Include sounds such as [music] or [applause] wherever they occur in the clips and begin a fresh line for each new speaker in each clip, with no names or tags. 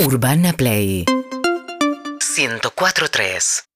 Urbana Play 104.3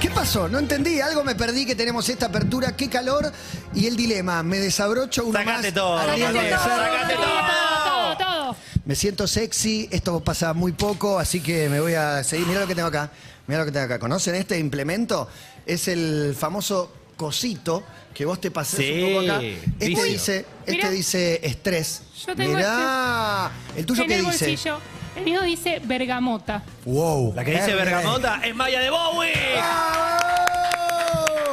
¿Qué pasó? No entendí, algo me perdí que tenemos esta apertura, qué calor y el dilema, me desabrocho uno
Sacate
más.
todo,
Ahí
Sacate
voy a
todo,
hacer.
sacate todo.
Todo, todo.
Me siento sexy, esto pasa muy poco, así que me voy a seguir. Mira lo que tengo acá, mira lo que tengo acá. ¿Conocen este implemento? Es el famoso cosito que vos te pasás
Sí,
un poco acá. Este
vicio.
dice, este
Mirá.
dice estrés.
Yo tengo este.
Mirá, el tuyo
en
qué
el
dice.
bolsillo. El mío dice bergamota.
Wow.
La que dice
Eh,
Bergamota es Maya de Bowie.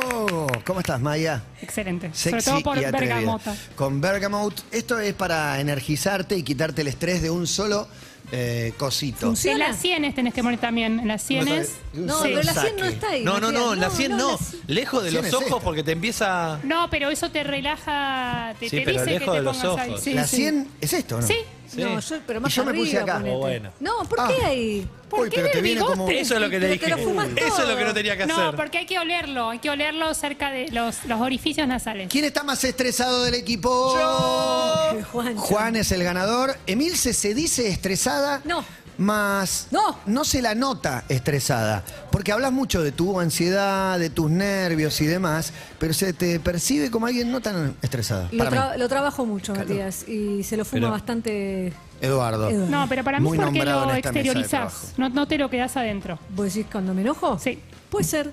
¡Bravo! ¿Cómo estás, Maya?
Excelente. Sobre
Sexy
todo por
y atrevida.
bergamota.
Con Bergamot, esto es para energizarte y quitarte el estrés de un solo eh, cosito.
En las sienes tenés que poner también. En las sienes.
No,
Sí.
pero la 100 no
Saque.
está ahí.
No, no, no,
Matías.
la 100 no.
la 100.
Lejos de
La 100
los
es
ojos
esta.
porque te empieza.
No, pero eso te relaja, te,
Sí,
te
pero
dice que
lejos
te
de los
pongas
ojos.
ahí. Sí,
la
sí.
100 es esto, ¿no?
Sí.
Sí.
No, yo, pero más
Y yo me puse
arriba,
acá.
ponete.
Oh, bueno.
No, ¿por
Ah.
qué ahí?
¿Por
Uy,
qué
pero
del
te viene como.
bigote?
Eso es lo que te
Pero te
dije.
lo fumas
Eso es lo que no
todo.
tenía que
No,
hacer.
porque hay que olerlo. Hay que olerlo cerca de los, los orificios nasales.
¿Quién está más estresado del equipo?
Juancho.
Juan es el ganador. Emilce se dice estresada.
No.
Más
No.
no se la nota estresada. Porque hablas mucho de tu ansiedad, de tus nervios y demás, pero se te percibe como alguien no tan estresada.
Lo,
Para mí.
tra- lo trabajo mucho, Matías, y se lo fuma
Pero-
bastante.
Eduardo.
Eduardo.
No, pero para mí
Muy
es porque
nombrado
lo
en esta mesa de trabajo.
exteriorizás. No, no te lo quedás adentro.
¿Vos decís cuando me enojo?
Sí.
Puede ser,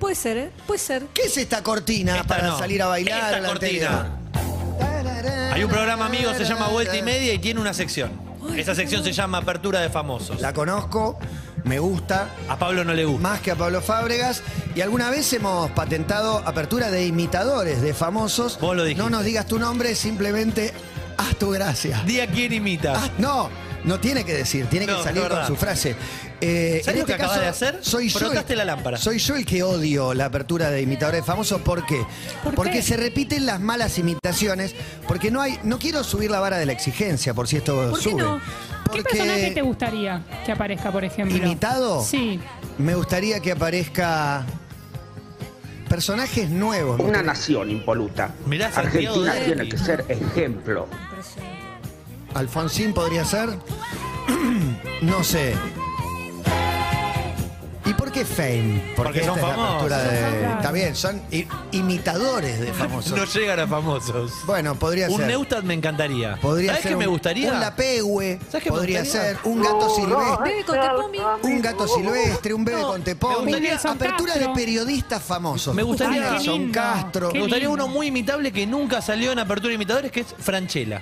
puede ser, ¿eh? Puede ser.
¿Qué es esta cortina
Esta
para
no.
salir a bailar?
Esta
a la
cortina.
tele?
Hay un programa amigo, se llama Vuelta y Media y tiene una sección. Esa sección se llama Apertura de Famosos.
La conozco, me gusta,
A Pablo no le gusta.
más que a Pablo Fábregas. Y alguna vez hemos patentado apertura de imitadores, de famosos.
Vos lo dijiste.
No nos digas tu nombre, simplemente haz tu gracia.
Día quién imitas.
Haz- Ah, no, no tiene que decir, tiene
No,
que
es
salir con
verdad.
su frase. Eh,
¿Sabés lo que acabas de hacer?
Soy yo,
Frotaste
el-
la lámpara.
Soy yo el que odio la apertura de imitadores famosos. ¿Por qué?
¿Por
porque
qué?
se repiten las malas imitaciones. Porque no hay. No quiero subir la vara de la exigencia, por si esto
¿Por qué
sube.
no?
¿Qué
Porque
personaje te gustaría que aparezca, por ejemplo?
¿Imitado?
Sí.
Me gustaría que aparezca. Personajes nuevos. me
Una
gustaría-
nación impoluta.
Mirá, Santiago eh.
Argentina
Del
tiene
Río.
que ser ejemplo.
Alfonsín podría ser. [clears throat] no sé. ¿Y por qué fame?
Porque son
esta es la
famosos.
apertura de-
Claro.
Está bien, son i- imitadores de famosos.
No llegan a famosos.
bueno, podría
Un
ser.
Neustad me encantaría.
podría
¿Sabés
ser
qué me
un-
gustaría?
Un lapehue.
¿Sabés qué me
podría
gustaría?
ser un gato silvestre.
Bebe con tepomi.
Un gato silvestre, un bebé con tepomi.
me gustaría-
Apertura de
Castro.
periodistas famosos.
Me gustaría-
Nelson
Ay,
qué lindo.
Castro.
Qué
Me gustaría
lindo.
uno muy imitable que nunca salió en Apertura de Imitadores, que es Franchella.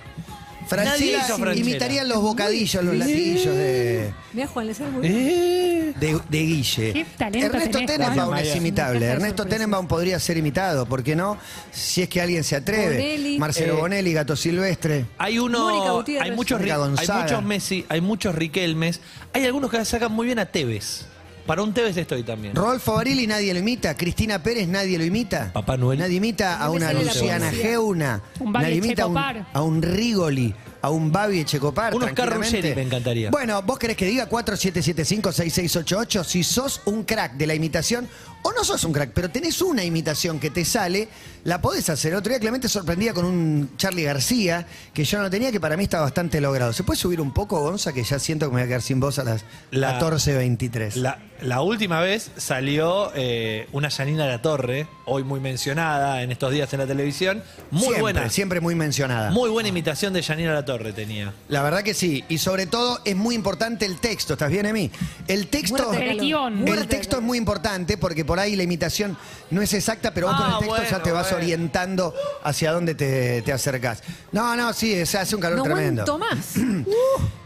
Nadie
Francella
hizo Francella.
imitarían los bocadillos, los latillos de.
Mira, Juan, le sale muy bien.
Eh.
de, de Guille.
Qué talento
Ernesto
tenés,
Tenenbaum
Juan.
es
Me
imitable.
encanta
Ernesto
sorpresa.
Tenenbaum podría ser imitado, ¿por qué no? Si es que alguien se atreve.
Bonelli.
Marcelo
Eh.
Bonelli, Gato Silvestre.
Hay
Mónica
uno,
Gutiérrez.
hay muchos, Ri-
Mónica
hay
Gonzaga.
muchos Messi, hay muchos Riquelmes, hay algunos que sacan muy bien a Tevez. Para un Tevez estoy también.
Rodolfo Barili nadie lo imita. Cristina Pérez nadie lo imita.
Papá Noel.
Nadie imita a
No me
una
sale la
Luciana
policía.
Geuna.
Un Babi
nadie imita a un,
Echecopar.
a un Rigoli. A un Babi Echecopar.
Un Oscar
tranquilamente.
Ruggeri me encantaría.
Bueno, vos querés que diga 4775-6688 si sos un crack de la imitación o no sos un crack, pero tenés una imitación que te sale, la podés hacer. El otro día Clemente sorprendía con un Charlie García que yo no tenía, que para mí está bastante logrado. ¿Se puede subir un poco, Gonza? Que ya siento que me voy a quedar sin voz a las
La-
14.23.
La, la última vez salió eh, una Janina La Torre, hoy muy mencionada en estos días en la televisión. Muy
siempre,
buena.
Siempre muy mencionada.
Muy buena imitación de Janina La Torre tenía.
La verdad que sí. Y sobre todo es muy importante el texto. ¿Estás bien, Emi? El texto.
Muerte
del
El
guión.
Muerte
texto es
del-
muy importante porque por ahí la imitación no es exacta, pero vos con
Ah,
el texto ya
bueno,
te vas
bueno.
orientando hacia dónde te, te acercás. No, no, sí, se hace un calor
No
tremendo.
aguanto más.
[clears throat]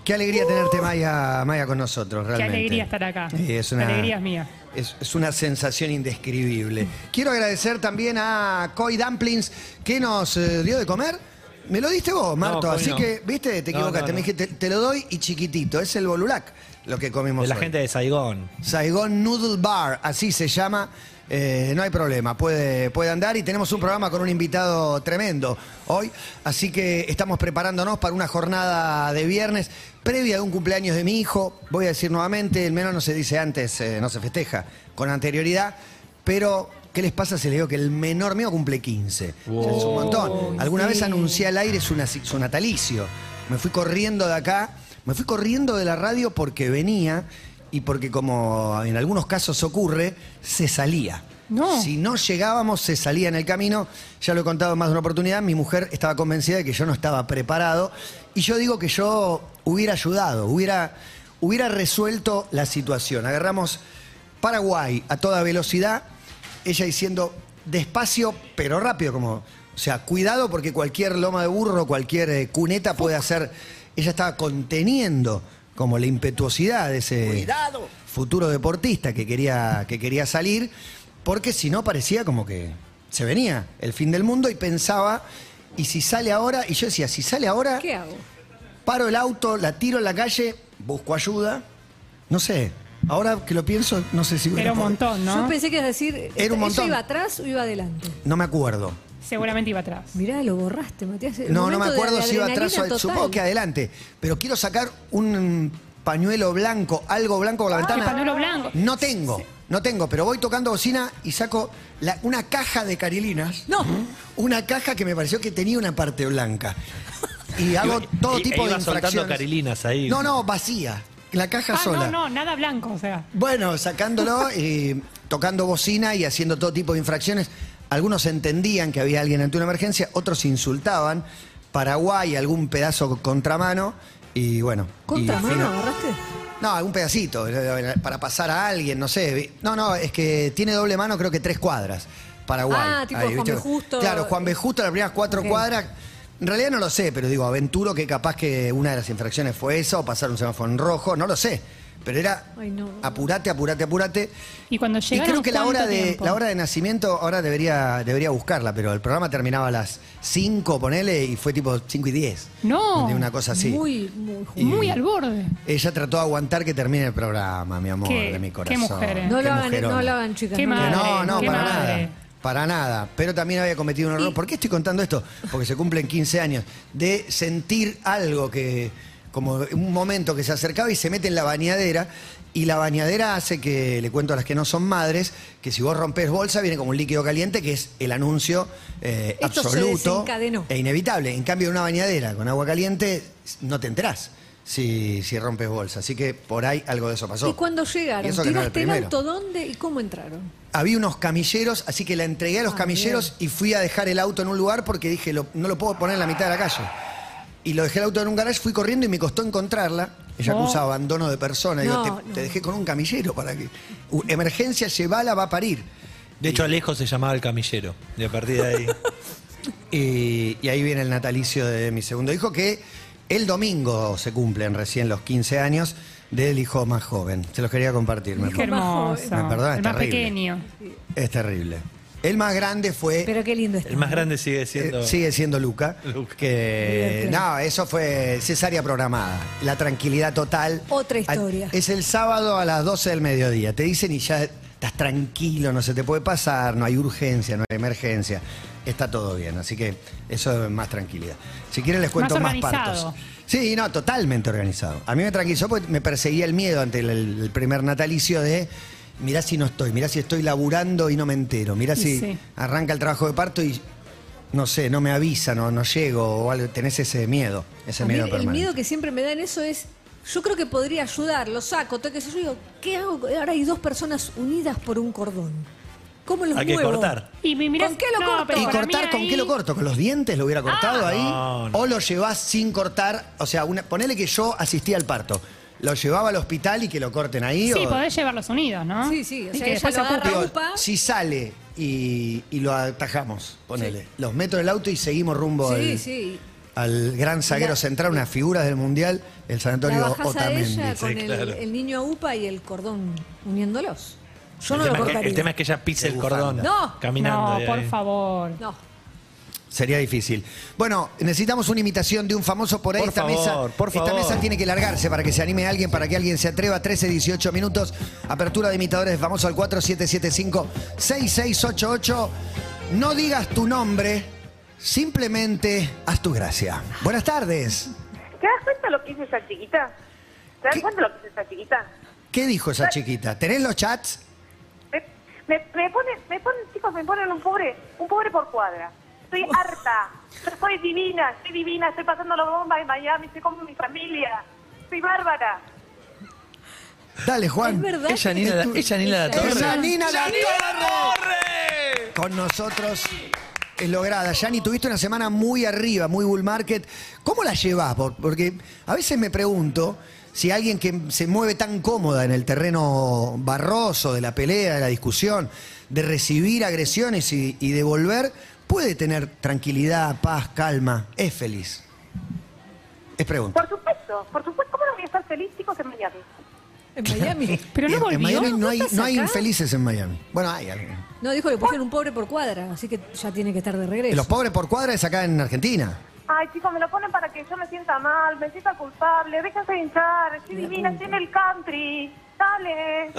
Qué alegría tenerte, Maya, Maya, con nosotros,
Qué
realmente.
alegría estar acá.
Sí, es una,
La alegría es mía.
Es, es una sensación indescribible. Quiero agradecer también a Coy Dumplings que nos eh, dio de comer. Me lo diste vos, Marto,
Coy,
así
no.
que, viste, te
No,
equivocaste.
no, no.
Me dijiste, te, te lo doy y chiquitito. Es el bolulac lo que comimos
De la
hoy.
gente de Saigón.
Saigon Noodle Bar, así se llama. eh, no hay problema, puede, puede andar y tenemos un programa con un invitado tremendo hoy, así que estamos preparándonos para una jornada de viernes previa de un cumpleaños de mi hijo. Voy a decir nuevamente, el menor no se dice antes, eh, no se festeja con anterioridad, pero ¿qué les pasa si les digo que el menor mío cumple 15? Ya Es un montón. Alguna vez anuncié al aire su, naci- su natalicio. Me fui corriendo de acá, me fui corriendo de la radio porque venía y porque como en algunos casos ocurre, se salía.
No.
Si no llegábamos, se salía en el camino. Ya lo he contado en más de una oportunidad. Mi mujer estaba convencida de que yo no estaba preparado. Y yo digo que yo hubiera ayudado, hubiera, hubiera resuelto la situación. Agarramos Paraguay a toda velocidad. Ella diciendo despacio, pero rápido, como. O sea, cuidado porque cualquier loma de burro, cualquier eh, cuneta puede hacer. Ella estaba conteniendo como la impetuosidad de ese futuro deportista que quería, que quería salir, porque si no parecía como que se venía el fin del mundo y pensaba, y si sale ahora, y yo decía, si sale ahora,
¿Qué hago?
paro el auto, la tiro en la calle, busco ayuda, no sé, ahora que lo pienso, no sé si... hubiera
Era un
pod-
montón,
Yo
¿no?
pensé que es decir,
Era un
¿eso
montón.
iba atrás o iba adelante?
No me acuerdo.
Seguramente iba atrás.
Mirá, lo borraste, Matías. El
No, no me
momento de
acuerdo si iba
adrenalina
atrás o al-
total.
Supongo que adelante. Pero quiero sacar un pañuelo blanco, algo blanco por la
El
ventana.
pañuelo blanco.
No tengo, no tengo, pero voy tocando bocina y saco la- una caja de carilinas.
No.
Una caja que me pareció que tenía una parte blanca.
[laughs]
Y hago todo
e-
tipo
e
de
iba soltando
infracciones.
carilinas ahí.
No, no, vacía. La caja
Ah,
sola.
no, no, nada blanco, o sea.
Bueno, sacándolo, eh, tocando bocina y haciendo todo tipo de infracciones. Algunos entendían que había alguien ante una emergencia, otros insultaban. Paraguay, algún pedazo co- contramano. Y bueno. y
¿Contramano
fino-
agarraste?
No, algún pedacito, eh, para pasar a alguien, no sé. vi- No, no, es que tiene doble mano, creo que tres cuadras. Paraguay.
Ah, tipo Juan
¿viste?
B. Justo. eh,
Claro, Juan B. Justo, las primeras cuatro
Ok.
cuadras. En realidad no lo sé, pero digo, aventuro que capaz que una de las infracciones fue esa o pasar un semáforo en rojo, no lo sé. Pero era
Ay, no.
apurate, apurate, apurate.
Y cuando
Y
llegaron,
creo que la hora,
¿cuánto
de,
tiempo?
la hora de nacimiento, ahora debería, debería buscarla, pero el programa terminaba a las 5, ponele, y fue tipo 5 y 10.
No.
De una cosa así.
Muy, muy
Y-
Muy al borde.
Ella trató de aguantar que termine el programa, mi amor,
Qué-
de mi
qué ¿eh?
corazón.
mujeres.
No
Qué
lo hagan,
mujerona.
no lo hagan, chicas.
Qué
no lo
Que
madre,
hagan.
no, no,
qué
para
madre.
nada. Para nada. Pero también había cometido un error. ¿Por qué estoy contando esto? Porque se cumplen 15 años. De sentir algo que. como un momento que se acercaba y se mete en la bañadera. Y la bañadera hace que, le cuento a las que no son madres, que si vos rompes bolsa viene como un líquido caliente, que es el anuncio eh,
Esto se
absoluto
desencadenó.
e inevitable. En cambio, en una bañadera con agua caliente no te enterás si, si rompes bolsa. Así que por ahí algo de eso pasó.
Y cuando
Y
llegaron,
eso que no era el
¿tiraste el
primero.
auto dónde y cómo entraron?
Había unos camilleros, así que la entregué a los
Ah,
camilleros y fui a dejar el auto en un lugar porque dije, "Lo- no lo puedo poner en la mitad de la calle. Y lo dejé el auto en un garage, fui corriendo y me costó encontrarla. Ella
No.
acusa abandono de persona. Digo,
No,
te,
no.
te dejé con un camillero para que. u- Emergencia, llevala, va a parir.
De hecho, Alejo se llamaba el camillero. Y a partir de
[laughs]
ahí.
Y, y ahí viene el natalicio de mi segundo hijo, que el domingo se cumplen recién los 15 años del hijo más joven. Se los quería compartir, me
Qué
El más joven.
hermoso.
Me perdona,
el
es
más
eh, terrible.
pequeño.
Es terrible. El más grande fue.
Pero qué lindo está.
El más grande sigue siendo.
Eh, sigue siendo Luca.
Luca.
Que,
Bien, claro.
no, eso fue cesárea programada. La tranquilidad total.
Otra
A-
historia.
es el sábado a las 12 del mediodía. Te dicen y ya estás tranquilo, no se te puede pasar, no hay urgencia, no hay emergencia. Está todo bien, así que eso es más tranquilidad. Si quieren les cuento
Más
más,
organizado.
partos. Sí, no, totalmente organizado. A mí me tranquilizó porque me perseguía el miedo ante el, el primer natalicio de mirá si no estoy, mirá si estoy laburando y no me entero, mirá
Y
si
sí.
arranca el trabajo de parto y no sé, no me avisa, no, no llego o algo, tenés ese miedo, ese
A mí
miedo
el
permanente.
miedo que siempre me da en eso es, yo creo que podría ayudar, lo saco, todo que yo digo, ¿qué hago? Ahora hay dos personas unidas por un cordón. ¿Cómo los
Hay que
muevo?
cortar.
Y mi- mirá-
¿Con qué lo
no,
corto?
pero
¿Y
para mí
cortar con
ahí- Ah.
qué lo corto? ¿Con los dientes lo hubiera cortado ahí?
No, no.
¿O lo llevás sin cortar? O sea, una, ponele que yo asistí al parto. ¿Lo llevaba al hospital y que lo corten ahí?
Sí,
o-
podés llevarlos unidos, ¿no?
Sí, sí,
Y
o sea,
que
ella
después
lo
se ocupe.
agarra.
Digo,
Upa.
si sale y, y lo atajamos, ponele. Los meto en el auto y seguimos rumbo
Sí,
al,
sí.
al gran zaguero
La-
central, una figura del Mundial, el San
La
Antonio
bajás a
Otamendi.
ella
sí,
con el,
claro.
el niño a UPA y el cordón uniéndolos. Yo
el,
no lo
tema es que,
cortaría.
el tema es que ella pise
De
el cordón.
bufanda. No.
Caminando.
No,
ahí,
por
ahí.
favor.
No.
Sería difícil. Bueno, necesitamos una imitación de un famoso por ahí.
Por
esta
favor,
mesa,
por
Esta
favor.
mesa tiene que largarse para que se anime alguien, para que alguien se atreva. 13, 18 minutos. Apertura de imitadores de famoso al 4775-6688. No digas tu nombre, simplemente haz tu gracia. Buenas tardes.
¿Te das cuenta lo que hizo esa chiquita? ¿Te das
¿Qué?
cuenta lo que hizo esa chiquita?
¿Qué dijo esa chiquita? ¿Tenés los chats?
Me, me, me ponen, me ponen, chicos, me ponen un pobre, un pobre por cuadra. Estoy harta. Yo soy divina, estoy divina, estoy pasando la bomba en Miami, estoy con mi familia. Soy bárbara.
Dale, Juan.
Es verdad.
Es Janina la-
que-
es Janina la
Es
Torre.
Es
verdad.
Janina La Torre.
¡Corre!
Con nosotros es lograda. Yani, tuviste una semana muy arriba, muy bull market. ¿Cómo la llevas? Por- Porque a veces me pregunto si alguien que se mueve tan cómoda en el terreno barroso de la pelea, de la discusión, de recibir agresiones y, y devolver, puede tener tranquilidad, paz, calma, es feliz. Es pregunta.
Por supuesto, por supuesto, ¿cómo no voy a estar feliz, chicos, en Miami?
En Miami.
Pero no
En- en,
volvió.
Miami no
¿No
hay,
estás
no hay
acá?
infelices en Miami. Bueno, hay algunos.
No, dijo que le pusieron un pobre por cuadra, así que ya tiene que estar de regreso.
Los pobres por cuadra es acá en Argentina.
Ay, chicos, me lo ponen para que yo me sienta mal, me sienta culpable, déjense hinchar, estoy
Me da
divina, estoy
culpa.
en el country.
[laughs]
Dale.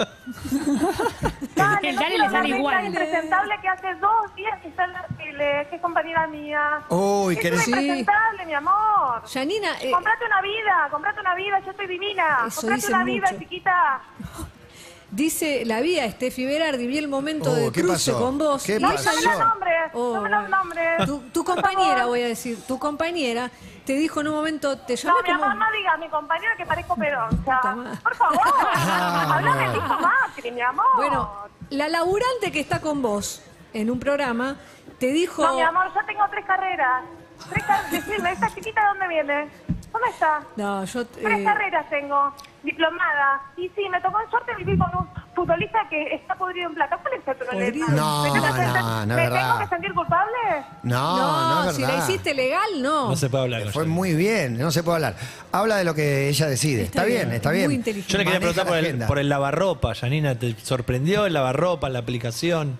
dale,
El dale
no
le sale
quiero
igual.
ver esa impresentable que hace dos días que está en la tele, que es compañera mía.
Uy,
es
que
una
eres-
impresentable, mi amor.
Janina, eh,
Comprate una vida, comprate una vida, yo estoy divina.
Eso
comprate
dicen
una vida,
mucho.
chiquita.
dice la vía Steffi Berardi, vi el momento
Oh,
de
¿qué
cruce
pasó?
con vos.
¿Qué
y
No,
pasó?
ella-
no me los nombres,
Oh,
no me los nombres.
Tu, tu compañera, voy a decir, tu compañera te dijo en un momento, te llamé
No, mi
como...
amor, no diga a mi compañera que parezco pedonza.
[laughs] Puta madre.
Por
[laughs]
favor,
Ah,
hablame
no.
de Nico Macri, mi amor.
Bueno, la laburante que está con vos en un programa te dijo...
No, mi amor, yo tengo tres carreras. Tres carreras. Decime, ¿esta chiquita de dónde viene? ¿Dónde está?
No, yo...
Tres
eh,
carreras tengo, diplomada. Y sí, me tocó en suerte vivir con un futbolista que está podrido en plata. ¿Cuál es el
Podrido.
problema?
No,
¿Me tengo que
no,
sentir-
no es
¿Me
verdad.
tengo que sentir culpable?
No, Ah, no,
no,
es
si
verdad.
la hiciste legal, no.
No se puede hablar. con
Fue
Janina.
muy bien, no se puede hablar. Habla de lo que ella decide. Está,
Está
bien,
bien,
está
muy
bien.
inteligente.
Yo le quería
Maneja
preguntar por
la
el,
agenda.
por el lavarropa, Janina. ¿Te sorprendió el lavarropa, la aplicación?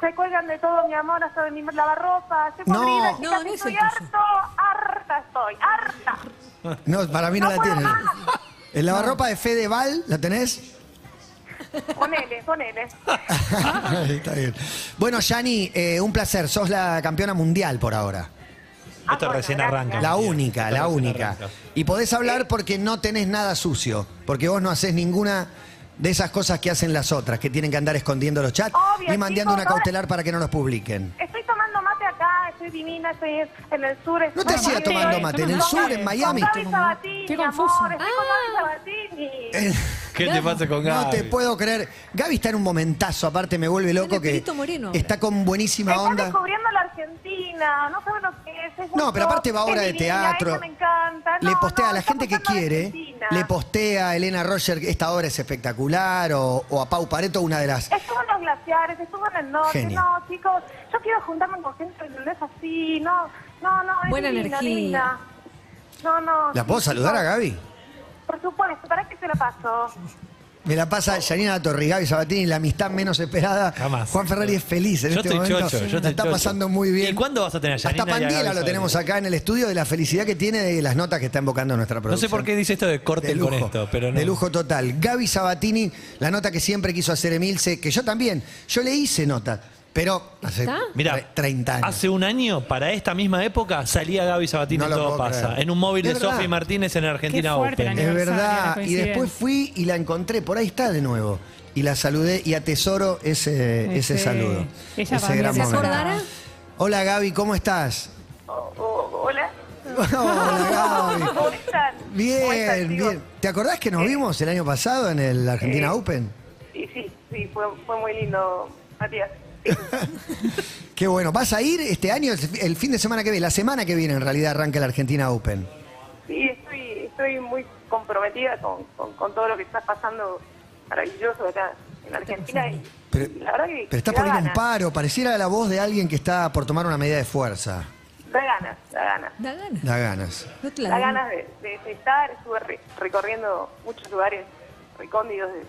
Se cuelgan de todo, mi amor, hasta de mi lavarropa. Estoy
No.
podrida,
No,
chicas,
no es
estoy
el tuyo.
harto, harta estoy, harta.
No, para mí no,
No
la
puedo
tiene.
más.
[laughs]
El lavarropa de Fedeval, ¿la tenés?
Ponele, ponele.
Ah.
[laughs] está bien. Bueno, Yani, eh, un placer. Sos la campeona mundial por ahora.
Ah,
Esto
bueno,
recién
gracias.
arranca.
La
Bien,
única,
esto
la
recién
única.
arranca.
Y podés hablar porque no tenés nada sucio. Porque vos no haces ninguna de esas cosas que hacen las otras, que tienen que andar escondiendo los chats
Obvio,
ni mandando
chicos,
una
ahora-
cautelar para que no los publiquen.
Estoy tomando mate acá, estoy divina, estoy en el sur. estoy-
No te hacía
estoy-
tomando mate, en el
con-
sur, en Miami.
Con Gaby Sabatini,
Qué
mi amor,
confuso.
estoy con Gaby Sabatini.
¿Qué te pasa con Gaby?
No te puedo creer. Gaby está en un momentazo, aparte me vuelve loco que
Espíritu Moreno ahora.
está con buenísima
Está
onda.
descubriendo la Argentina, no sabe lo que es. es
No,
un
pero aparte
top,
va ahora de
es divina,
teatro.
ella me encanta.
le
No,
postea
no,
a la
está
gente que
pasando la
quiere,
Argentina.
le postea a Elena Roger, esta obra es espectacular, o, o a Pau Pareto, una de las...
Estuvo en los glaciares, estuvo en el norte.
Genio.
No, chicos, yo quiero juntarme con gente que no es así. No, no, no. Es
Buena
divina,
energía.
divina. No, no.
¿La puedo
sí,
saludar a
chicos,
Gaby?
Por supuesto, ¿para qué se la paso?
Me la pasa Janina Torri, Gaby Sabatini, la amistad menos esperada.
Jamás.
Juan Ferrari es feliz en
Yo
este
estoy
momento.
chocho, yo
la
estoy
está
chocho.
pasando muy bien.
¿Y cuándo vas a tener a
Hasta
Janina y a Gaby
Pandiela lo
Sabatini?
tenemos acá en el estudio de la felicidad que tiene de las notas que está invocando nuestra
No
producción.
sé por qué dice esto de corte
De lujo,
con esto, pero no.
de lujo total. Gaby Sabatini, la nota que siempre quiso hacer Emilce, que yo también, yo le hice nota, pero hace
¿Está?
tre-
Mira,
30 años.
Hace un año, para esta misma época, salía Gaby Sabatini
No
en
lo
todo
puedo
pasa.
creer.
En un móvil
Es
de
verdad.
Sofi Martínez en Argentina
Qué fuerte
Open.
la
Es
Aniversario,
verdad,
la
y después fui y la encontré, por ahí está de nuevo. Y la saludé y atesoro ese, ese,
Ese-
saludo.
ella
ese
también
gran
¿Se
momento.
acordará?
Hola Gaby, ¿cómo [laughs] estás?
O- o- Oh, hola.
Hola Gaby.
¿Cómo están? ¿Cómo
Bien,
están, chicos?
bien. ¿Te acordás que nos vimos el año pasado en el Argentina
Eh,
Open?
Y sí, sí, fue, fue muy lindo, Matías.
Qué bueno. ¿Vas a ir este año, el fi- el fin de semana que viene? La semana que viene en realidad arranca el Argentina Open.
Sí, estoy, estoy muy comprometida con, con, con todo lo que está pasando maravilloso acá en Argentina. Y,
Pero,
y la verdad que
pero estás
da
por ir a un
ganas,
paro, pareciera la voz de alguien que está por tomar una medida de fuerza.
Da ganas, da ganas.
Da ganas.
Da ganas.
No te
Da ganas de, de- de estar. Estuve re- recorriendo muchos lugares recóndidos de,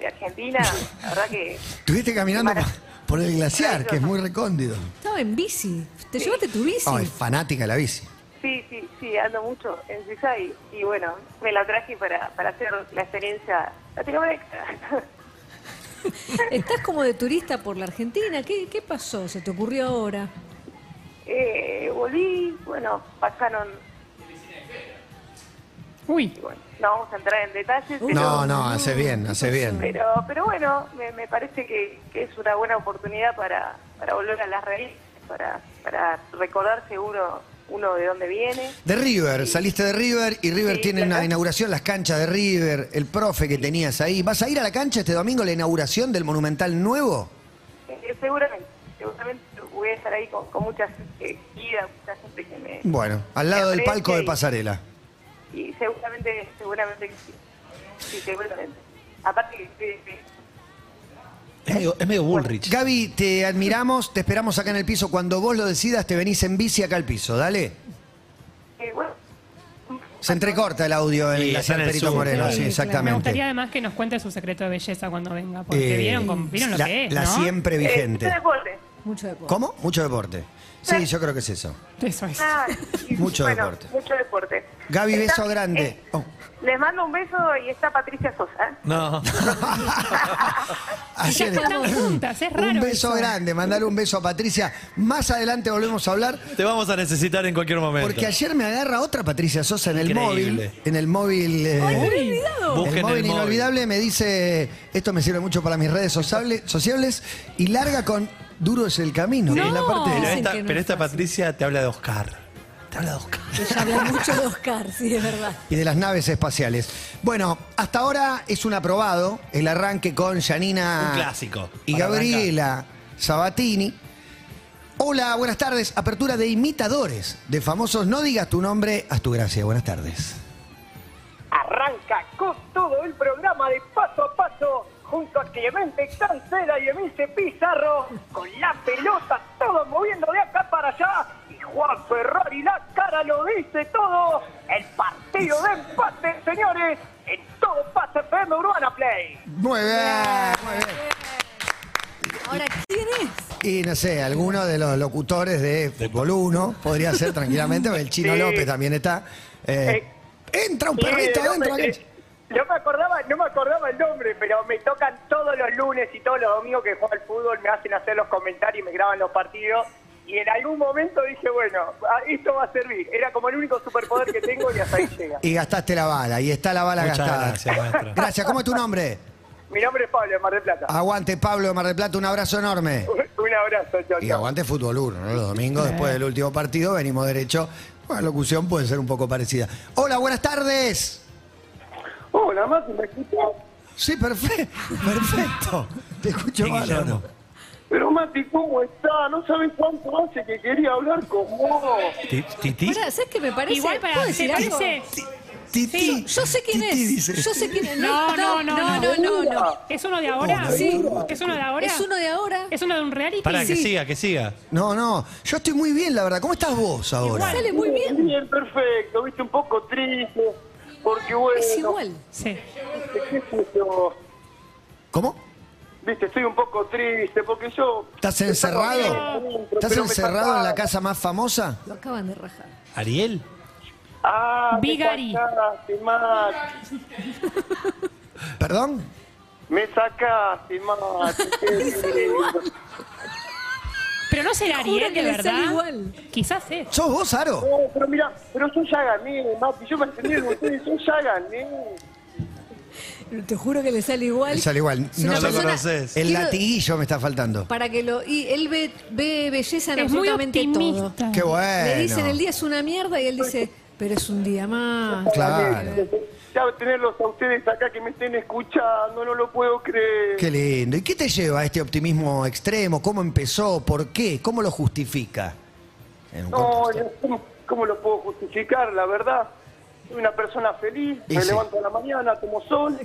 de Argentina. La verdad que
Estuviste caminando
Mara-
por, Por el glaciar, que es muy recóndido.
Estaba en bici. Te llevaste tu bici.
Ay, fanática de la bici.
Sí, sí, sí, ando mucho en Suiza y, y bueno, me la traje para, para hacer la experiencia latinoamericana.
Estás como de turista por la Argentina. ¿Qué, qué pasó? ¿Se te ocurrió ahora?
Eh, volví, bueno, pasaron,
Uy,
y bueno, no vamos a entrar en detalles, pero,
No, no, hace bien, hace bien.
pero, pero bueno, me, me parece que, que es una buena oportunidad para, para volver a las raíces, para, para recordarse uno, uno de dónde viene.
De River, saliste de River y River
Sí,
tiene una
claro.
inauguración, las canchas de River, el profe que tenías ahí. ¿Vas a ir a la cancha este domingo, la inauguración del Monumental Nuevo?
Eh, seguramente, seguramente voy a estar ahí con, con mucha eh, guía, mucha gente que me...
Bueno, al lado del palco de
pasar
Pasarela.
Y seguramente, seguramente que sí. Sí, seguramente. Aparte que sí, sí.
Es medio, es medio Bullrich.
Gaby, te admiramos, te esperamos acá en el piso. Cuando vos lo decidas, te venís en bici acá al piso, dale.
Eh, bueno,
Se entrecorta el audio en
Sí,
la
está en el
Perito
sur,
Moreno,
claro.
sí,
Sí, claro.
me
exactamente.
gustaría además que nos cuente su secreto de belleza cuando venga, porque
Eh,
vieron, con- vieron lo
la,
que es,
la
¿no?
siempre vigente.
Eh, deporte.
Mucho deporte.
¿Cómo? Mucho deporte. Sí, yo creo que es eso.
Eso es.
Ah, y,
Mucho
bueno,
deporte.
Mucho deporte.
Gaby,
Está-
beso grande.
eh,
Oh.
Les mando un beso y está Patricia Sosa. ¿eh?
[laughs]
No.
Ya estamos juntas, es raro
un beso
eso.
grande, mandale un beso a Patricia. Más adelante volvemos a hablar.
Te vamos a necesitar en cualquier momento.
Porque ayer me agarra otra Patricia Sosa en el
Increíble.
móvil. En el móvil. eh,
Busquen
el móvil inolvidable me dice, esto me sirve mucho para mis redes sociable- sociables, y larga con duro es el camino. que es la parte de-
Pero
Dicen
esta,
que no
pero
es
esta
fácil.
Patricia te habla de Oscar. Te habla de Oscar.
Ella habla mucho de Oscar, sí, de verdad.
y de las naves espaciales. Bueno, hasta ahora es un aprobado el arranque con Janina
Un clásico.
y
Para
Gabriela Sabatini. Hola, buenas tardes. Apertura de imitadores de famosos. No digas tu nombre, haz tu gracia. Buenas tardes.
Arranca con todo el programa de paso a paso, junto a Clemente Cancela y Emilce Pizarro, con la pelota, todos moviendo de acá para allá, y Juan Ferrari la cara lo dice todo, el partido de empate, señores, en todo pasa FM Urbana Play.
Muy bien, muy bien.
Ahora, ¿quién es?
Y no sé, alguno de los locutores de Fútbol 1 podría ser tranquilamente,
[laughs]
porque el Chino
Sí.
López también está. Eh, entra un
Sí,
perrito
no
adentro.
me-
de la cancha.
eh, No me acordaba, no me acordaba el nombre, pero me tocan todos los lunes y todos los domingos que juego al fútbol, me hacen hacer los comentarios y me graban los partidos. Y en algún momento dije, bueno, ah, esto va a servir. Era como el único superpoder que tengo y
[laughs]
hasta ahí llega.
Y gastaste la bala, y está la bala
Muchas
gastada.
gracias, maestro.
Gracias, ¿cómo es tu nombre?
Mi nombre es Pablo de Mar del Plata. [laughs]
Aguante, Pablo de Mar del Plata, un abrazo enorme.
Un- Un abrazo, chao,
Y
chao.
aguante Fútbol 1, ¿no? Los domingos, después del último partido, venimos derecho. Bueno, la locución puede ser un poco parecida. Hola, buenas tardes.
Hola, Mati, ¿me escuchás?
Sí, perfecto. [laughs] Perfecto. Te escucho
Guillermo.
bárbaro.
Pero Mati, ¿cómo está? No sabes cuánto hace que quería hablar con vos.
Ti- Titi.
Ahora, ¿sabes qué me parece?
Igual para
¿Puedo decir
te
algo?
dice-
Titi.
Sí, yo sé quién
Titi
es.
dice.
Yo sé quién es.
No, no, no,
no, no, no, no.
¿Es uno de ahora?
Sí.
¿Es uno de ahora?
Es uno de ahora.
¿Es uno de un reality?
Para que
Sí.
siga, que siga.
No, no. Yo estoy muy bien, la verdad. ¿Cómo estás vos ahora?
Sale muy bien.
Bien, perfecto, viste, un poco triste, porque bueno...
Es igual.
Sí.
¿qué sé yo?
¿Cómo?
Viste, estoy un poco triste porque yo.
¿Estás encerrado? ¿Estás
Pero me
encerrado en la
sacaron.
casa más famosa?
Lo acaban de rajar.
¿Ariel?
Ah, me
Bigari.
sacaste, Mati.
¿Perdón?
Me sacaste, Mati. Qué lindo.
Pero no será
Juro
Ariel, de
que le sale
verdad.
igual.
Quizás es.
¿Sos vos, Aro?
No, pero mira, pero yo ya gané, Mati. Yo me encendí el botón y yo ya gané.
Te juro que le sale igual.
Me sale igual.
Es una
No lo
persona-
conoces.
El
Quiero-
latiguillo me está faltando.
Para que lo. Y él ve, ve belleza en
Es muy
absolutamente todo.
optimista.
Qué bueno.
Le dicen el día es una mierda y él dice, pero es un día más.
Claro.
Ya tenerlos a ustedes acá que me estén escuchando, no lo puedo creer.
Qué lindo. ¿Y qué te lleva a este optimismo extremo? ¿Cómo empezó? ¿Por qué? ¿Cómo lo justifica? En un
No,
corto-
yo- ¿cómo, cómo lo puedo justificar? La verdad, soy una persona feliz,
Y
me
sí.
levanto a la mañana, tomo sol,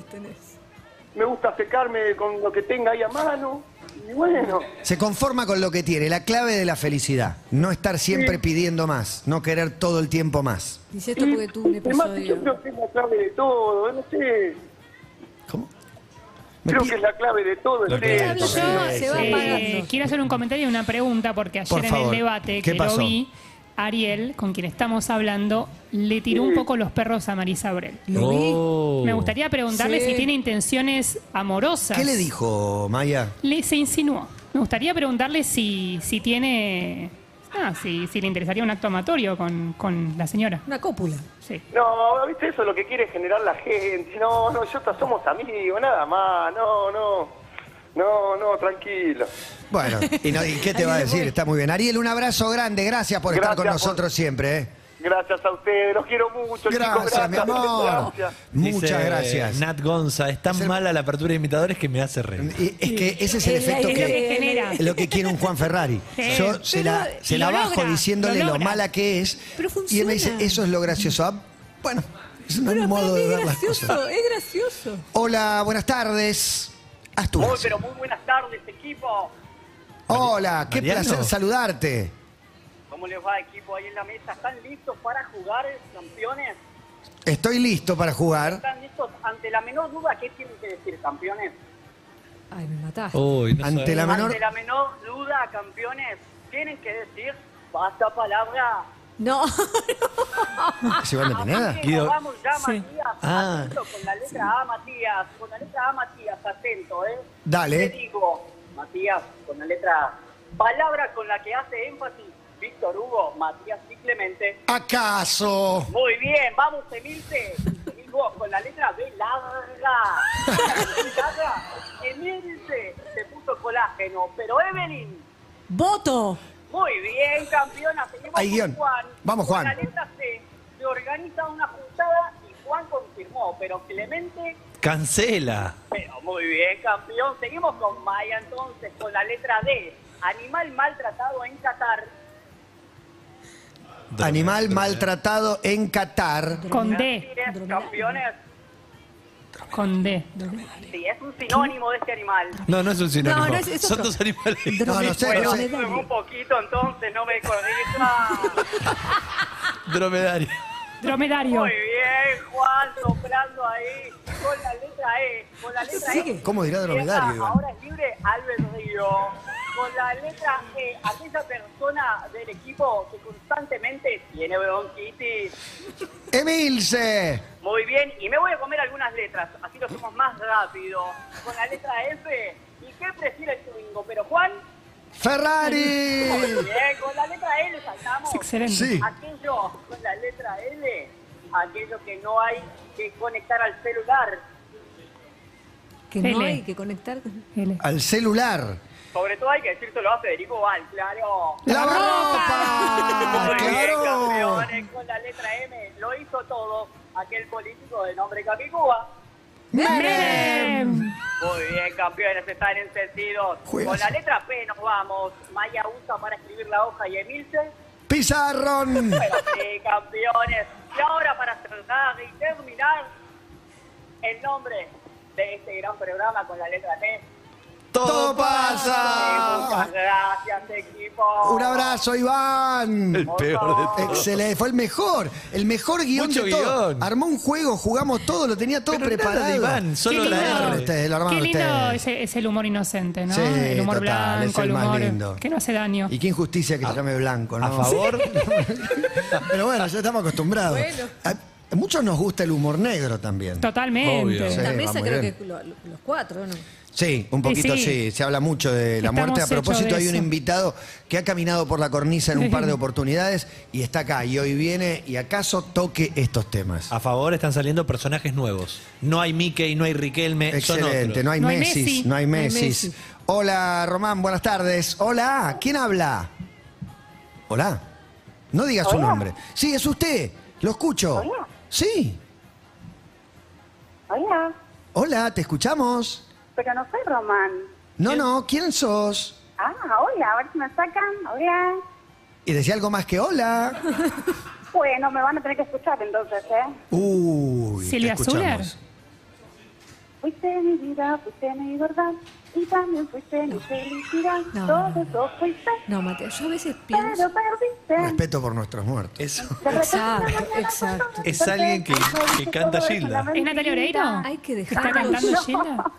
me gusta secarme con lo que tenga ahí a mano, y bueno,
Se conforma con lo que tiene, la clave de la felicidad. No estar siempre pidiendo más, no querer todo el tiempo más.
Dice esto porque tuvo un
y más que yo
episodio.
creo que es la clave de todo, no sé,
¿Cómo? Me
Creo
pi-
que es la clave de todo.
Lo
es
que-
esto.
Pablo,
Sí,
yo se va
Eh,
apagando.
quiero hacer un comentario y una pregunta, porque ayer
Por
en
favor.
el debate
¿Qué
que
pasó?
lo vi, Ariel, con quien estamos hablando, le tiró un poco los perros a Marisa Brel.
Lo vi.
Oh.
Me gustaría preguntarle
Sí.
si tiene intenciones amorosas.
¿Qué le dijo Maya?
Le- se insinuó. Me gustaría preguntarle si, si tiene. Ah, si, si le interesaría un acto amatorio con, con la señora.
Una cópula.
Sí.
No, viste, eso es lo que quiere generar la gente. No, no, yo hasta somos amigos, nada más. No, no. No, no, tranquilo.
Bueno, ¿y, no- y qué te va a decir? Está muy bien. Ariel, un abrazo grande. Gracias por estar con
Gracias por-
nosotros siempre. ¿eh?
Gracias a ustedes, los quiero mucho, chicos.
Gracias, mi amor.
Gracias.
Dice,
Muchas gracias.
Nat Gonza, es tan
el-
mala la apertura de imitadores que me hace reír.
Y es que ese es el
El
efecto
aire
Es lo
que,
que genera.
lo que quiere un Juan
[laughs]
Ferrari.
Sí.
Yo se
Pero-
la, se
y
la
lo
bajo
logra,
diciéndole
lo
lo,
logra.
mala que es.
Pero
Y él me dice,
funciona.
eso es lo gracioso. Ah, bueno, es un
Pero
modo
aparte
de ver
es
las cosas.
gracioso, es gracioso.
Hola, buenas tardes.
Muy,
Asturias.
pero muy buenas tardes, equipo.
Hola, qué
Mariano.
placer saludarte.
¿Cómo les va, equipo? Ahí en la mesa, ¿están listos para jugar, campeones?
Estoy listo para jugar.
¿Están listos? Ante la menor duda, ¿qué tienen que decir, campeones?
Ay, me mataste.
Oh.
Uy, no
Ante
sé.
la menor...
Ante la menor duda, campeones, tienen que decir, basta palabra.
No. [laughs]
¿Giovanna Pineda?
Así que
Guido-
nos Vamos ya,
Sí.
Matías.
Ah.
atento con la letra A, Matías. Con la letra A, Matías, atento, ¿eh?
Dale.
Te digo, Matías, con la letra A. Palabra con la que hace énfasis Víctor Hugo, Matías y Clemente.
¿Acaso?
Muy bien, vamos, Emilce. Y vos, con la letra B
[laughs]
larga. larga. Emilce se puso colágeno, pero Evelyn.
Voto.
Muy bien, campeona. Seguimos
Hay
con
guión.
Juan.
Vamos,
Con
Juan.
la letra C se organiza una juntada y Juan confirmó, pero Clemente.
Cancela.
Pero muy bien, campeón. Seguimos con Maya entonces, con la letra D. Animal maltratado en Qatar.
Animal maltratado en Qatar.
Con
Así
D.
es, campeones.
Con D.
Sí, es un sinónimo de este animal.
No, no es un sinónimo.
No, no es- es
Son
otro.
dos animales.
[laughs] No, no sé,
Bueno,
no sé.
sube un poquito entonces, no me corrija.
Dromedario.
Dromedario.
Muy bien, Juan, soplando ahí con la letra E. Con la letra
Sigue.
E.
¿Cómo dirá dromedario,
dromedario?
Iván?
Ahora es libre Albert Río. Con la letra E, aquella persona del equipo que constantemente tiene bronquitis.
Emilce.
Muy bien, y me voy a comer algunas letras, así lo hacemos más rápido. Con la letra F, ¿y qué prefiere el domingo? Pero Juan, muy
Ferrari.
bien, con la letra L saltamos.
Es excelente.
Sí.
Aquello con la letra L, aquello que no hay que conectar al celular,
Que no
L.
hay que conectar. con-
L.
Al celular.
sobre todo hay que decírtelo a Federico Val, claro.
¡Lavarropa!
Muy bien,
¡Claro!
campeones, con la letra M, lo hizo todo aquel político de nombre Capicúa.
Menem.
Muy bien, campeones, están encendidos.
Juegas.
Con la letra P nos vamos. Maya usa para escribir la hoja y Emilce.
¡Pizarrón!
Pero sí, campeones. Y ahora para cerrar y terminar el nombre de este gran programa con la letra T.
¡Todo
Sí,
pasa!
muchas gracias, equipo.
Un abrazo, Iván.
El peor de todos.
Excelente, fue el mejor, el mejor guión
Mucho
de todo.
guión.
Armó un juego, jugamos todo, lo tenía todo
Pero nada
preparado.
de Iván, solo
Qué
la
lindo.
R.
Ustedes lo armaron
Qué lindo
ustedes.
es, es el humor inocente, ¿no?
Sí,
el humor
total, es
blanco,
el
el,
más
humor
lindo.
que no hace daño.
Y qué injusticia que se llame blanco, ¿no?
Ah, A favor.
Pero bueno, ya estamos acostumbrados.
Bueno.
A muchos nos gusta el humor negro también.
Totalmente.
Obvio.
Sí,
La
va
mesa
muy
creo
bien.
que lo- lo- los cuatro, ¿no?
Sí, un poquito sí.
Sí, sí.
Se habla mucho de la
Estamos
muerte. A
hechos
propósito,
de
hay un
eso.
invitado que ha caminado por la cornisa en un
[laughs]
par de oportunidades y está acá. Y hoy viene y acaso toque estos temas.
A favor están saliendo personajes nuevos. No hay Mickey, no hay Riquelme, son
Excelente,
otros.
no hay
No hay
Messi,
Messi.
no hay
No hay
Messi.
Messi.
Hola, Román, buenas tardes. Hola, ¿quién habla? Hola. No diga su nombre. Sí, es usted. Lo escucho.
Hola.
Sí.
Hola,
Hola, te escuchamos.
pero no soy Román.
No, no, ¿quién sos?
Ah, hola, a ver si me sacan. Hola.
Y decía algo más que
[laughs]
hola.
Bueno, me van a tener que escuchar entonces, ¿eh?
Uy, te
Silvia
escuchamos.
Zuller.
Fuiste mi vida, fuiste mi verdad y también fuiste mi felicidad.
No.
Todo eso fuiste,
No, Mateo, yo a veces
pero
pienso.
perdiste.
Respeto por nuestros muertos.
Eso.
De repente una
Exacto,
mañana
exacto.
pasó,
Es alguien que-
desperté,
que canta
todo eso,
Gilda.
la
¿Es Natalia Oreiro?
Hay que
¿Está
dejarlo.
cantando
No.
Gilda?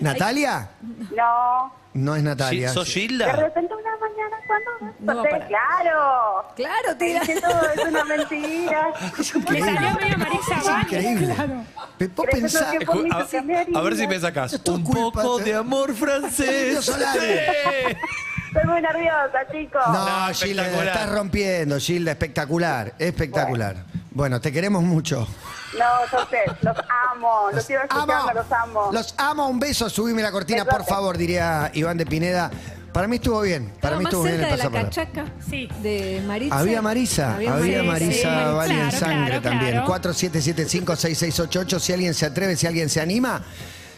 ¿Natalia?
No,
No es
Gi-
Natalia.
¿Sos
de
Gilda?
repente una mañana cuando
No va a
desperté,
parar.
claro.
Claro, te
Dije que todo es
[laughs]
una mentira.
[laughs]
Le salió medio Marisa
Es
Valle.
increíble.
Claro.
Pero vos
Pero eso
pensá-
no tiene-
Escu-
Bonito cambiar y
A, a ver si
mirar.
me sacás.
Esto es
un
culpa,
poco
¿eh?
de amor francés.
Solares.
Sí.
Estoy muy nerviosa, chicos.
No,
No,
Gilda,
espectacular.
estás rompiendo, Gilda, espectacular, espectacular. Bueno, te queremos mucho.
No, yo sé, los amo, los quiero escuchando, los amo.
Los amo, un beso, subime la cortina, por
Besote.
favor, diría Iván de Pineda. Para mí estuvo bien, para
Estaba
mí
más
estuvo bien
cerca
el
de la
pasapalabra.
cachaca
Sí.
de Marisa.
Había Marisa, había,
Sí, sí,
Marisa
Marisa.
Valle en
Claro,
sangre
claro,
también.
claro.
47756688, si alguien se atreve, si alguien se anima,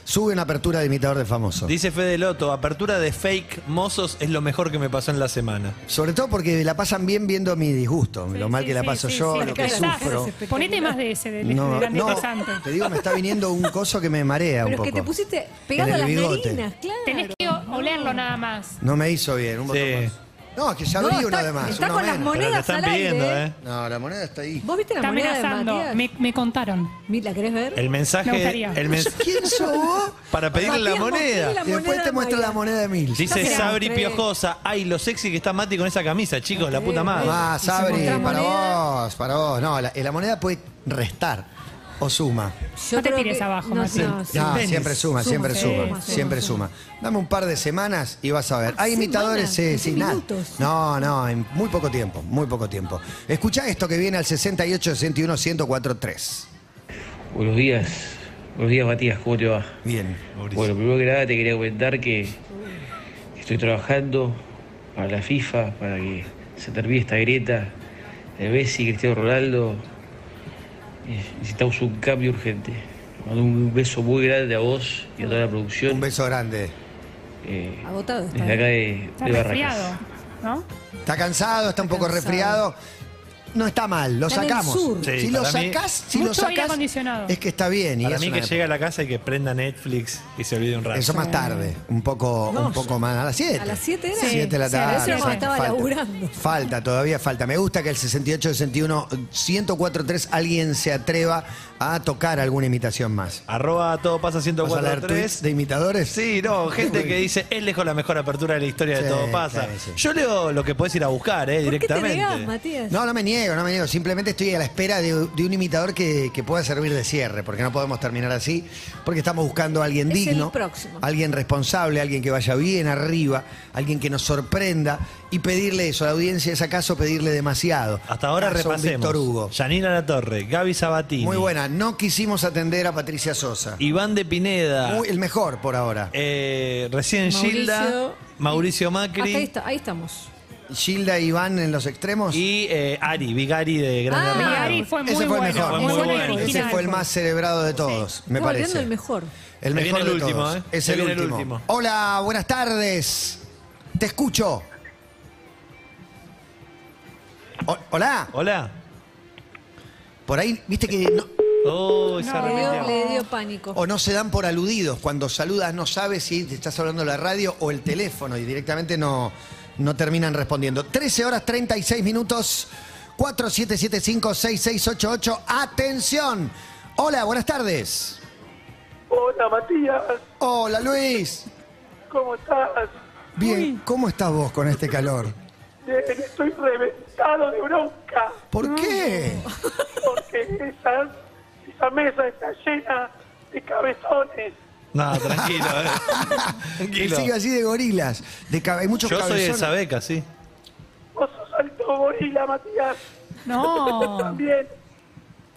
sube una apertura de imitador de famoso.
Dice Fede Loto, apertura de fake mozos es lo mejor que me pasó en la semana.
Sobre todo porque la pasan bien viendo mi disgusto, lo mal
Sí,
que la
sí,
paso
sí,
yo,
sí,
lo
sí,
que
sí.
sufro.
[laughs]
Ponete más de ese, del
No,
del
no,
antidepresante.
te digo, me está viniendo un coso que me marea un
Pero es
poco.
que te pusiste
En
pegado a
el
las
bigote.
narinas, claro.
Tenés que o- olerlo nada más.
No me hizo bien, un botón
Sí.
más. No, es que ya
No,
abrí uno
está-
de más.
está
uno
con las
menos.
Pero te
Monedas
están
al aire,
pidiendo,
¿eh?
¿eh?
No, la moneda está ahí.
¿Vos viste la
Está
moneda de
amenazando.
Matías?
Me, me contaron.
Mi- ¿La querés ver?
El
Me
mensaje.
gustaría.
El
[laughs]
mens-
¿Quién sos vos?
para pedirle la
Matías,
moneda.
Matías. La
Que después
moneda
te muestra
Maya.
la moneda de mil.
Dice
No te la
Sabri
creo.
Piojosa, ay, lo sexy que está Mati con esa camisa, chicos, la puta madre.
Ah,
Eh, Y se
Sabri,
muestra
para
moneda.
vos, para vos. No, la, la moneda puede restar o suma.
Yo
No te
creo
tires
que-
abajo,
no,
Martín.
no, sí.
No,
Tenis.
siempre suma,
Suma,
siempre
sí,
suma,
suma,
siempre
suma.
suma. Dame un par de semanas y vas a ver. Hay
¿Semanas?
imitadores eh,
¿En
sin
qué
nada.
minutos?
No, no, en muy poco tiempo, muy poco tiempo. Escucha esto que viene al 68 61 1043.
Buenos días, buenos días Matías, ¿cómo te va?
Bien.
Bueno, primero que nada te quería comentar que estoy trabajando para la FIFA, para que se termine esta grieta de Messi, Cristiano Ronaldo. Eh, Necesitamos un cambio urgente. Te mando un beso muy grande a vos y a toda la producción.
Un beso grande.
eh,
Agotado está.
desde acá de,
Está
de Barracas.
resfriado, ¿no?
Está cansado, está un poco
cansado.
resfriado. No está mal, lo
Está en el
sacamos.
sur.
Sí,
si lo
para mí-
sacás, si lo
Mucho aire
sacás,
acondicionado.
es que está bien. Y
Para
es
mí
una
que llega a la casa y que prenda Netflix y se olvide un rato.
Eso más tarde, un poco, un poco más, a las 7.
¿A las siete era?
Siete de la
Sí, a
tarde.
las siete cuando estaba
falta.
laburando.
Falta, todavía falta. Me gusta que el 68, 61, 1043 alguien se atreva a tocar alguna imitación más.
Arroba todo pasa
¿Vas a leer tweets
143.
de imitadores?
Sí,
[laughs]
no, gente que dice, es lejos la mejor apertura de la historia
Sí,
de todo pasa.
claro, sí.
Yo leo lo que podés ir a buscar, eh,
¿Por qué te
directamente.
negás, Matías?
No, no me niego, no me niego. Simplemente estoy a la espera de, de un imitador que, que pueda servir de cierre, porque no podemos terminar así, porque estamos buscando a alguien
Es el
digno,
próximo.
alguien responsable, alguien que vaya bien arriba, alguien que nos sorprenda y pedirle eso. La audiencia es acaso pedirle demasiado.
Hasta ahora
Acaso un
repasemos.
Víctor Hugo.
Yanina La Torre, Gaby Sabatini.
Muy buena. No quisimos atender a Patricia Sosa.
Iván de Pineda.
Muy- el mejor por ahora.
eh, recién
Mauricio-
Gilda. Mauricio
Hasta ahí,
Macri.
está- ahí estamos.
Gilda y Iván en los extremos.
Y eh, Ari, Vigari de Gran
Ah,
Hermano.
Vigari fue muy
Ese fue el
bueno.
mejor.
Fue
muy
muy
bueno.
bueno.
Ese
original.
fue el más celebrado de todos, me
Está
parece.
volviendo el mejor.
El
Se viene
mejor
el
de
último,
todos.
¿eh?
Es
Se
el
viene el
último.
último.
Hola, buenas tardes. Te escucho. O- hola.
Hola.
Por ahí, viste que no,
Oh, se
No.
Le
arrepintió.
dio, le dio pánico.
o no se dan por aludidos. Cuando saludas no sabes si te estás hablando la radio o el teléfono y directamente no, no terminan respondiendo. 13 horas 36 minutos 4775-6688. Atención. Hola, buenas tardes.
Hola Matías,
Hola, Luis.
¿cómo estás?
Bien, ¿cómo estás vos con este calor?
Bien, estoy reventado de bronca
¿Por qué?
porque esa, esa mesa está llena de cabezones.
No, tranquilo. [laughs] eh.
Él
tranquilo.
sigue así de gorilas. De cab- hay muchos
Yo soy el
cabezones.
Sabeca, sí.
Vos sos alto gorila, Matías.
[laughs]
No.
También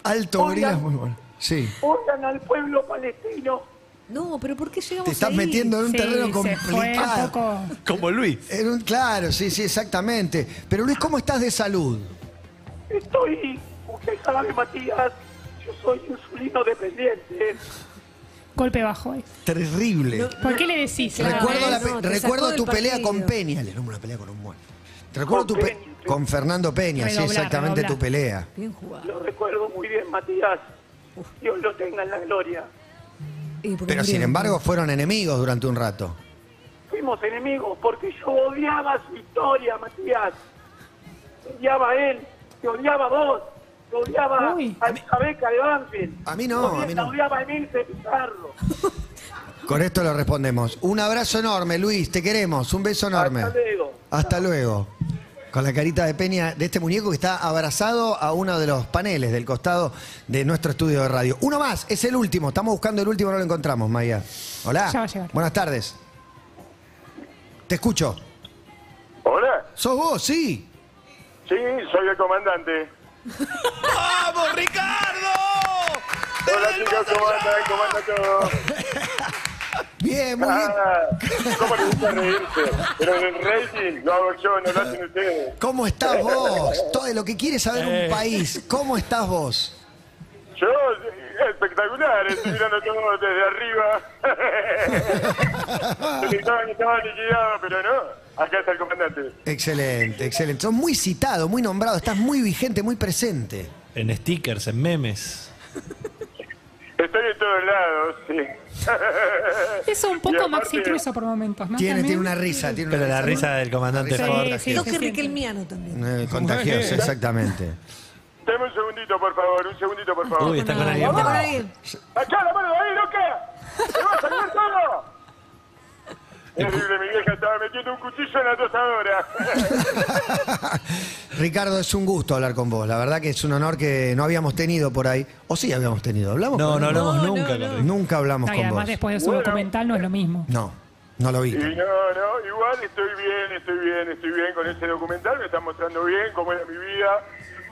Alto
Hola.
gorilas, muy bueno. Sí.
odian al pueblo palestino.
No, pero ¿por qué llegamos
Te estás
ahí?
metiendo en un
Sí,
terreno
se fue un
complicado.
poco.
Como Luis.
En un- claro, sí, sí, exactamente. Pero Luis, ¿cómo estás de salud?
Estoy, usted sabe, Matías, yo soy insulino dependiente.
Golpe bajo. eh.
Terrible.
¿Por qué le decís? Ah,
Claro,
recuerdo
eh,
la
no,
pe-
te
recuerdo
sacó
tu
del
pelea con
partido.
Peña. Le nombro una pelea con un muerto. Te recuerdo
Con
tu pe-
Peña, sí.
con Fernando Peña, sí,
Redoblar,
exactamente tu
redoblar.
pelea.
Bien jugado.
Lo recuerdo muy bien, Matías. Dios lo tenga en la gloria.
Y porque
Pero
murieron.
sin embargo fueron enemigos durante un rato.
Fuimos enemigos porque yo odiaba su historia, Matías. Te odiaba a él, te odiaba a vos, te odiaba
Uy.
a esa beca de Banfield.
A mí no,
Te
a mí no.
Te odiaba a Emilce Pizarro.
Con esto lo respondemos. Un abrazo enorme, Luis, te queremos. Un beso enorme.
Hasta luego.
Hasta luego. Con la carita de Peña de este muñeco que está abrazado a uno de los paneles del costado de nuestro estudio de radio. Uno más, es el último. Estamos buscando el último, no lo encontramos, Maya. Hola.
Ya va a llegar.
Buenas tardes. Te escucho.
Hola,
¿Sos vos? Sí.
sí, soy el comandante.
¡Vamos, Ricardo!
Hola chicos, ¿cómo andan? ¿Cómo andan todos?
Bien, muy bien.
Ah, ¿Cómo les gusta reírse? Pero el rating lo hago yo, no lo hacen ustedes.
¿Cómo estás vos? Todo lo que quiere saber
Eh.
un país. ¿Cómo estás vos?
Yo, eh, espectacular, estoy mirando todo desde arriba. [laughs] Pensaban que estaba liquidado, pero no. Acá está el comandante.
Excelente, excelente. Sos muy citado, muy nombrado, estás muy vigente, muy presente.
En stickers, en memes.
Estoy en todos lados, sí. [laughs]
Eso un
Y
poco
aparte-
Maxi Truso por momentos, ¿no?
Tiene,
También.
tiene una risa, tiene una
Pero la risa
¿no?
del comandante
Sí,
Ford.
sí,
Toque
se siente.
Riquelmiano también.
Eh, contagiosa, exactamente.
Deme un segundito, por favor, un segundito, por favor.
Uy, está con
Ah,
alguien
está con
más.
alguien.
¡Achá la mano de ahí, loca! ¡Te vas a salir todo! Terrible, mi vieja estaba metiendo un cuchillo en la
[laughs]
tostadora.
[laughs] Ricardo, es un gusto hablar con vos. La verdad que es un honor que no habíamos tenido por ahí. O sí habíamos tenido. ¿Hablamos?
No,
con
no
él?
hablamos
No,
nunca.
no,
con
no.
Ricardo.
Nunca hablamos
No, y
con
además
vos.
después de su
Bueno.
documental no es lo mismo.
No, no lo
Y
vi.
no, no, igual estoy bien, estoy bien, estoy bien con ese documental, me están mostrando bien cómo era mi vida.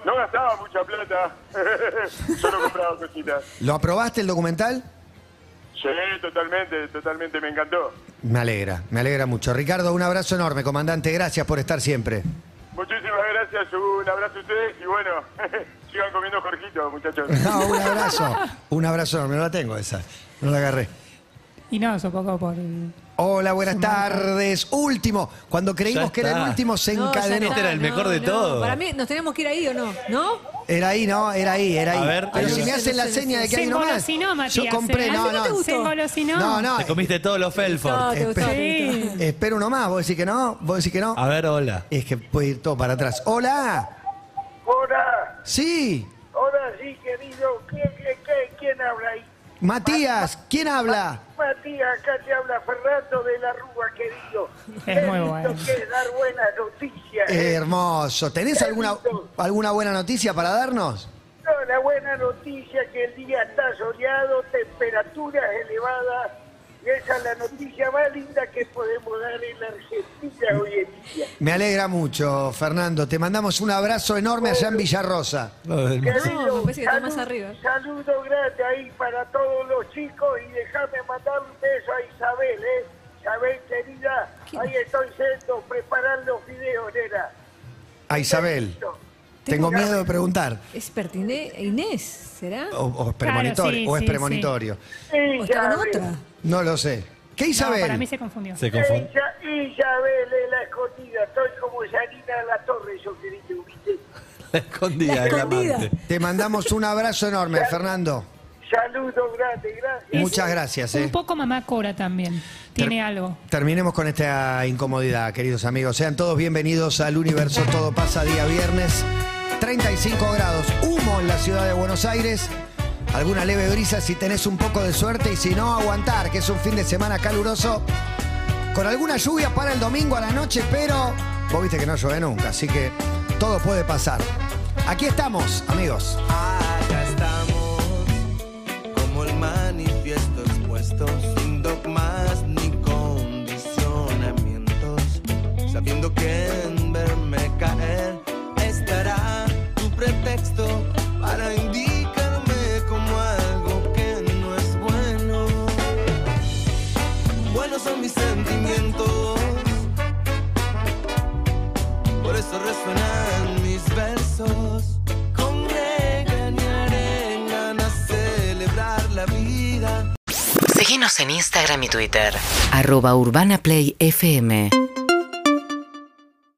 No gastaba mucha plata, [laughs] solo compraba cositas.
¿Lo aprobaste el documental?
Sí, totalmente, totalmente, me encantó.
Me alegra, me alegra mucho. Ricardo, un abrazo enorme, comandante. Gracias por estar
[laughs]
siempre.
Muchísimas gracias, un abrazo a ustedes y bueno, [laughs] sigan comiendo Jorgito, muchachos.
No, un abrazo. Un abrazo enorme. No la tengo esa. No la agarré.
Y no, eso poco por el-
Hola, buenas tardes. Último. Cuando creímos
Ya
que era el
está.
último, se
No, ya
encadenó.
está,
Este era el
no,
mejor de
no.
todo.
Para mí, ¿nos tenemos que ir ahí o no? ¿No?
Era ahí, ¿no? Era ahí, era ahí.
A ver,
Pero
ahí
si
va.
me hacen la
Se
seña de que
Se
hay nomás.
engolosinó,
Yo
Matías,
compré,
¿eh?
no,
¿No te
no.
gustó?
Se engolosinó.
No, no.
Te comiste todos los
No,
Felford.
te gustó,
Espera.
te gustó.
Sí.
Espero uno más. Vos decís que no, vos decís que no.
A ver,
[laughs]
hola.
Es que puede ir todo para atrás. Hola.
Hola,
Sí.
hola sí, querido. ¿Quién, quién, quién- quién habla ahí? Ah,
Matías, ¿quién habla?
Matías, acá te habla Fernando de la Rúa, querido.
Es
He
muy
visto
bueno.
que dar buenas noticias.
Eh, hermoso. ¿Tenés alguna, alguna buena noticia para darnos?
No, la buena noticia es que el día está soleado, temperaturas elevadas. Y esa es la noticia más linda que podemos dar en la Argentina hoy en día.
Me alegra mucho, Fernando. Te mandamos un abrazo enorme allá en Villarrosa.
No, me parece que está más arriba.
Saludo grande ahí para todos los chicos y déjame mandar un beso a Isabel, ¿eh? Isabel, querida, ahí estoy siendo preparar los videos, nena.
A Isabel.
Besito.
Tengo miedo de preguntar.
¿Es pertinente Inés? ¿Será?
O, o es
Claro,
premonitorio.
sí,
o es
sí,
premonitorio.
¿O está con
Isabel,
otra?
No lo sé. ¿Qué
No,
Isabel?
para mí se confundió.
Se confunde.
Isa- Isabel es la escondida, estoy como Yanina La Torre, yo querido, ¿viste?
La escondida,
La
el
escondida.
amante.
Te mandamos un abrazo enorme, Fernando.
Saludo grande, gracias.
Muchas gracias. eh.
Un poco mamá Cora también. Tiene algo.
Terminemos con esta incomodidad, queridos amigos. Sean todos bienvenidos al universo Todo pasa día viernes. 35 grados, humo en la ciudad de Buenos Aires. Alguna leve brisa si tenés un poco de suerte y si no, aguantar, que es un fin de semana caluroso. Con alguna lluvia para el domingo a la noche, pero vos viste que no llueve nunca, así que todo puede pasar. Aquí estamos, amigos.
Acá estamos, como el manifiesto expuesto, sin dogmas ni condicionamientos, sabiendo que en verme caer estará tu pretexto para indicarme como algo que no es bueno. Buenos son mis sentimientos, por eso resuenan mis versos. Congregan y arengan a celebrar la vida.
Síguenos en Instagram y Twitter. Arroba Urbana Play FM.